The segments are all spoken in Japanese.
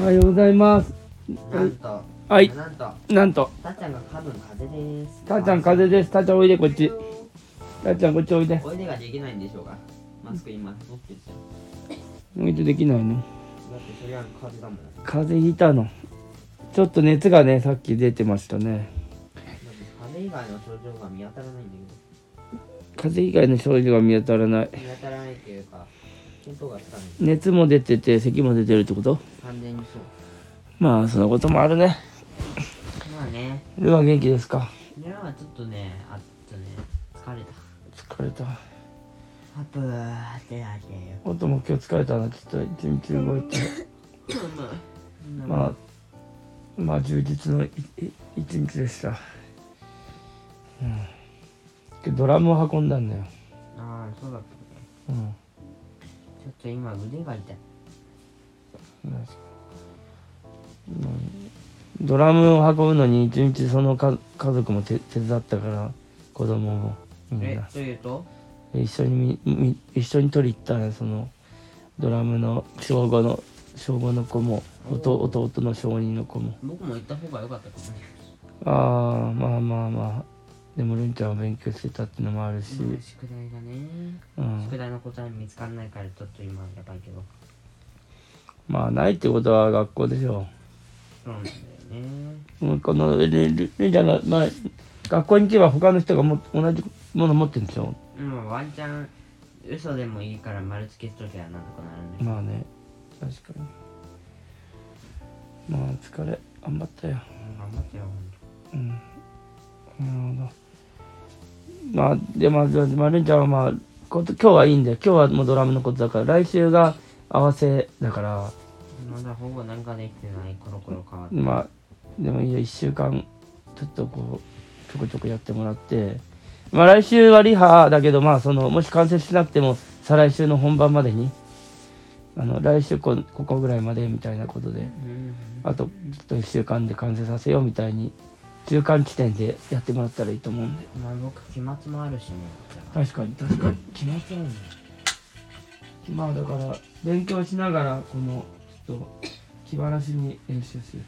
おはようございます。なんと、はいなんと、なんと、たっちゃんが多分風邪です。たっちゃん風邪です。たっちゃんおいでこっち。たっちゃんこっちおいで。おいでができないんでしょうか。マスク今、持ってっちゃう。おいでできないの。だってそれは風邪だもん。だって風邪ひいたの。ちょっと熱がね、さっき出てましたね。風邪以外の症状が見当たらないんだ風邪以外の症状が見当たらないけ。ど、見当たらないっていうか、見当がつかない。熱も出てて、咳も出てるってこと完全にそう。まあ、そのこともあるね。まあね、ルは元気ですかレナはちょっとね、あっとね、疲れた。疲れた。あぶーってなってよ。音も今日疲れたな。ちょっと一日動いて。まあ、まあ充実のいい一日でした。うん。ドラムを運んだんだよ。ああ、そうだったね。うん。ちょっと今腕が痛い。ドラムを運ぶのに一日そのか家族も手手伝ったから子供もみんえな、というと一緒にみみ一緒に取り行ったねそのドラムの小5の小5の子も弟弟の小2の子も僕も行った方が良かったかもね。ああまあまあまあでもるんちゃんは勉強してたってのもあるし、まあ宿題がね、うん宿、題の答え見つかんないからちょっと今やばいけどまあないってことは学校でしょそうなんだよねもうこのルルルンちゃんが、まあ、学校に行けば他の人がも同じもの持ってるんでしょもうワンチャン嘘でもいいから丸つけしときゃなんとかなるねまあね確かにまあ疲れ頑張ったよ頑張ってようんなるほどまあでまずまるんちゃんはまあこと今日はいいんだよ今日はもうドラムのことだから来週が合わせだからまだほぼなんかできてないコロコロ変わってまあでもいいよ1週間ちょっとこうちょこちょこやってもらってまあ来週はリハだけどまあそのもし完成しなくても再来週の本番までにあの来週こここぐらいまでみたいなことでうんあとちょっと1週間で完成させようみたいに中間地点でやってもらったらいいと思うんでまあ僕期末もあるしね確かに確かに決まったよねまあだから勉強しながらこのちょっと気晴らしに練習する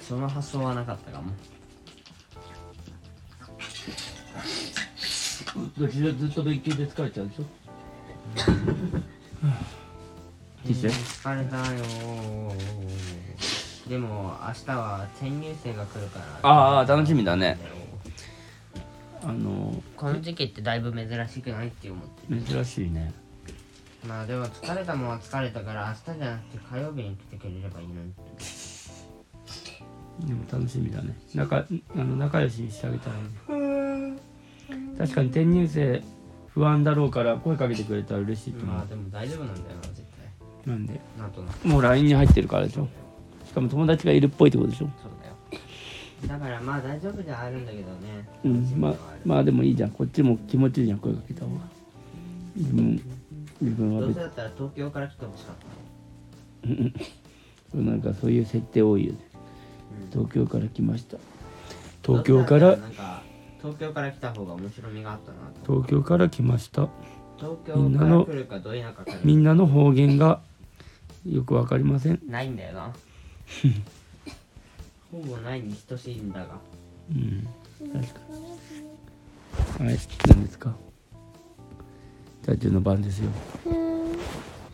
その発想はなかったかもずずっと勉強で疲れちゃうでしょ実際疲れたよでも明日は転入生が来るからああ楽しみだねあのこの時期ってだいぶ珍しくないって思って珍しいねまあでも疲れたもんは疲れたから明日じゃなくて火曜日に来てくれればいいのにでも楽しみだね仲あの仲良しにしてあげたらいいね確かに転入生不安だろうから声かけてくれたら嬉しいと思まあでも大丈夫なんだよな絶対うなんでなんとなくもう LINE に入ってるからでしょしかも友達がいるっぽいってことでしょそうだよだからまあ大丈夫ではあるんだけどねうんまあまあでもいいじゃんこっちも気持ちいいじゃん声かけた方が自分自分はどう別せだったら東京から来てほしかったねなんか そういう設定多いよねうん東京から来ました東京からどうせだったなんか東京から来た方が面白みがあったなと東京から来ました東み京んなからの来るかど田舎から来みるんなの方言がよくわかりませんかないんだよ なほぼないに等しいんだがうん確かにはい何ですかタッチの番ですよ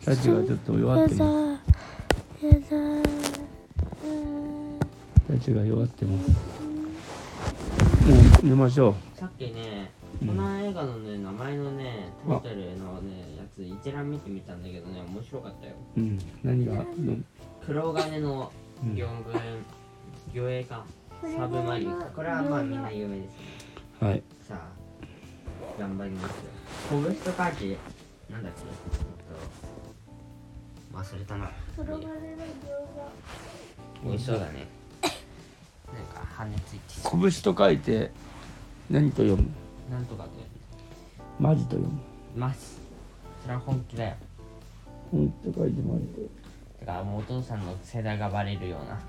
タッチがちょっと弱ってますタッチが弱ってますもう寝ましょさっきね、この映画のね、名前のね、タイトルのね、やつ一覧見てみたんだけどね、面白かったよ。ううん何がうん黒金のうん行軍、魚影艦、サブマリン。これはまあみんな有名ですね。はいさあ、頑張りますよ。コブストカーキ、なんだっけえっと忘れたな。美味しそうだね。なんか羽根ついて拳と書いて何と読むなんとかだよね。マジと読むマジ。それは本気だよ。本と書いてマジとてか、もうお父さんの世代がバレるような。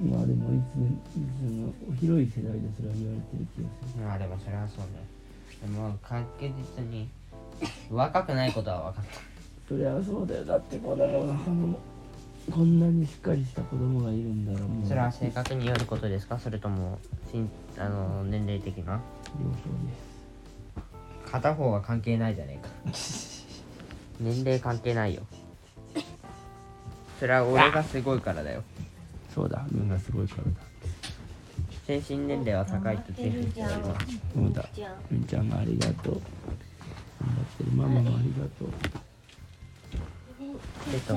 まあでもいついつも広い世代でそれは言われてる気がすまあでもそれはそうだよでも確実に若くないことは分かっそりゃそうだよだってこんなのこのこんなにしっかりした子供がいるんだろうそれは性格によることですかそれともしんあの年齢的な両方片方は関係ないじゃねえかです年齢関係ないよそれは俺がすごいからだよそうだみんなすごいからだ精神年齢は高いとぜひ言っておりますそうだじゃあみんちゃんもありがとう頑張ってるママもありがとうえっと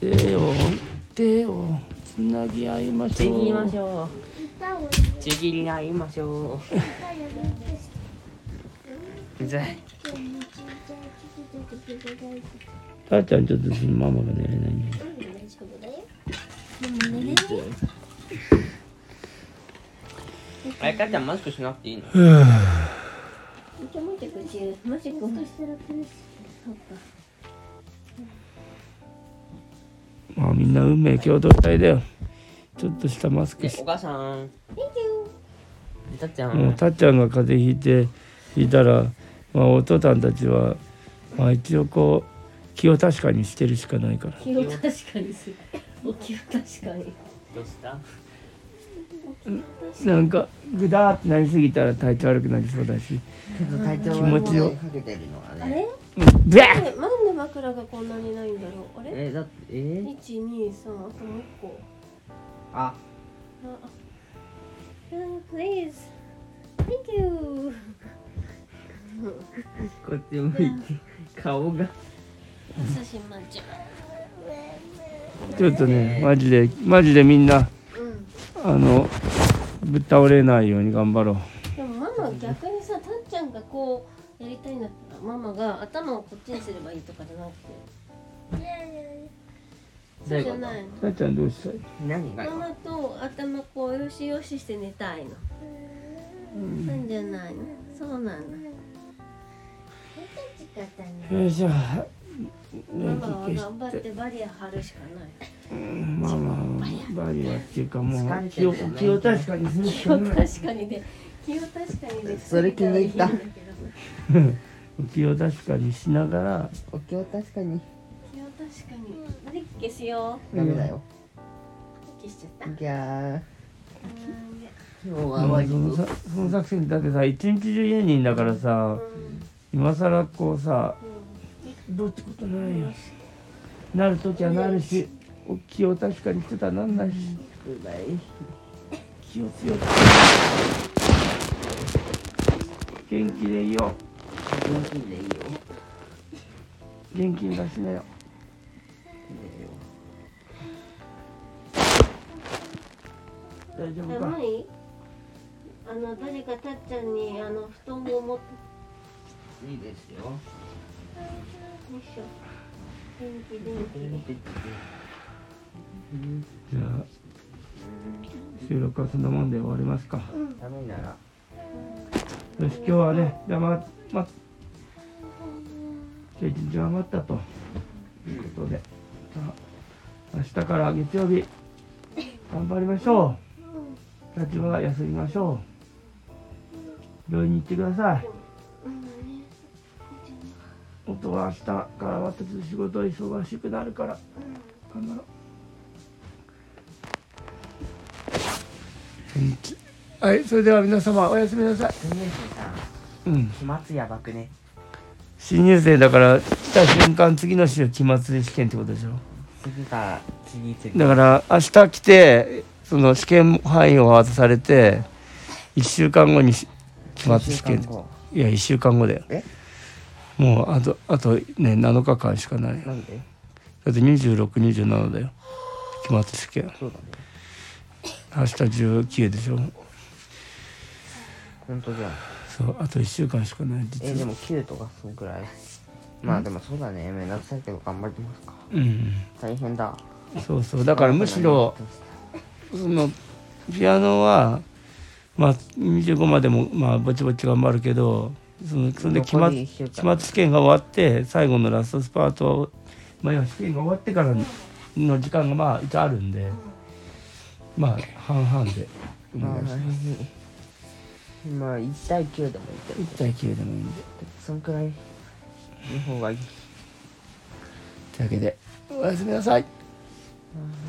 でお手を手をつなぎ合いましちょうぎりましょ歌を歌をうちぎり合いましょやるんですううざいけどめちゃめちゃ聞き取ってくれないたーちゃんちょっとそのママが寝れないんだようん大丈夫だよでも寝れないあやかちゃんマスクしなくていいのちょ待ってくちマジックもしたら苦しいそっかまあみんな運命共同体だよちょっとしたマスクでしお母さん Thank you たっちゃもうんたっちゃんが風邪ひいてひいたら、まあ、お父さんたちは、まあ、一応こう気を確かにしてるしかないから気を確かにする。お気を確かに。どうしたなんかぐだーってなりすぎたら体調悪くなりそうだし体調気持ちをかけてるのはあれうんブワッねなんで枕がこんなにないんだろうあれえだってえ一二三あともう一個あああ Uh, please thank you こっち向いて顔が朝日まちゃちょっとねマジでマジでみんなうんあのぶっ倒れないように頑張ろうでもママ逆にさたっちゃんがこうやりたいんだったらママが頭をこっちにすればいいとかじゃなくてどういううそじこゃとないのたっちゃんどうしたい何がママと頭こうよしよしして寝たいの、なんじゃないのそうなんだよいしょママは頑張ってバリア張るしかないまあまあバリアっていうかも疲うれて気るをんだよね気を確かにするし気かをない確かにで気を確かにでそれ気に入った気を確気を確かにしながらお経確かにかにあれ消すよダメだよ消しちゃったギャーうんで今日はまあワそイのプさその作戦だってさ一日中家にいんだからうさん今さらこうさどうってことないよなるときはなるしお気を確かにしてたらなんないしうざい気を強く元気でいいよ元気でいいよ元気に出しなよ大丈夫か寒いあの誰かたっちゃんにあの布団を持っていいですよよいしょ元気元気じゃあ収録はそんなもんで終わりますかダメならよし今日はねじゃあまま今日一日余ったということでさあ明日から月曜日頑張りましょう立場は休みましょう病院に行ってください夫は明日から私仕事忙しくなるから頑張ろうはいそれでは皆様おやすみなさい新入生さんうん飛沫やばくね新入生だから来た瞬間次の週期末試験ってことでしょ次から次次だから明日来てその試験範囲を渡されて1週間後にし期末試験一週間後いや1週間後だよえもうあとあとね7日間しかないよなんでだって2627だよ期末試験そうだね明日19でしょ本当じゃんそうあと1週間しかない実えではも9とかそのくらいまあでもそうだねめんどくさいけど頑張りますかうん大変だそうそうだからむしろそのピアノはまあ25までもまあぼちぼち頑張るけどそのそれで期残末り期一週末間試験が終わって最後のラストスパートをまあ要は試験が終わってからの時間がまあ一応あるんでまあ半々でまあまあいいまあ1対9でもいいけど1対9でもいいんでそんくらいの方がいいというわけでおやすみなさいあー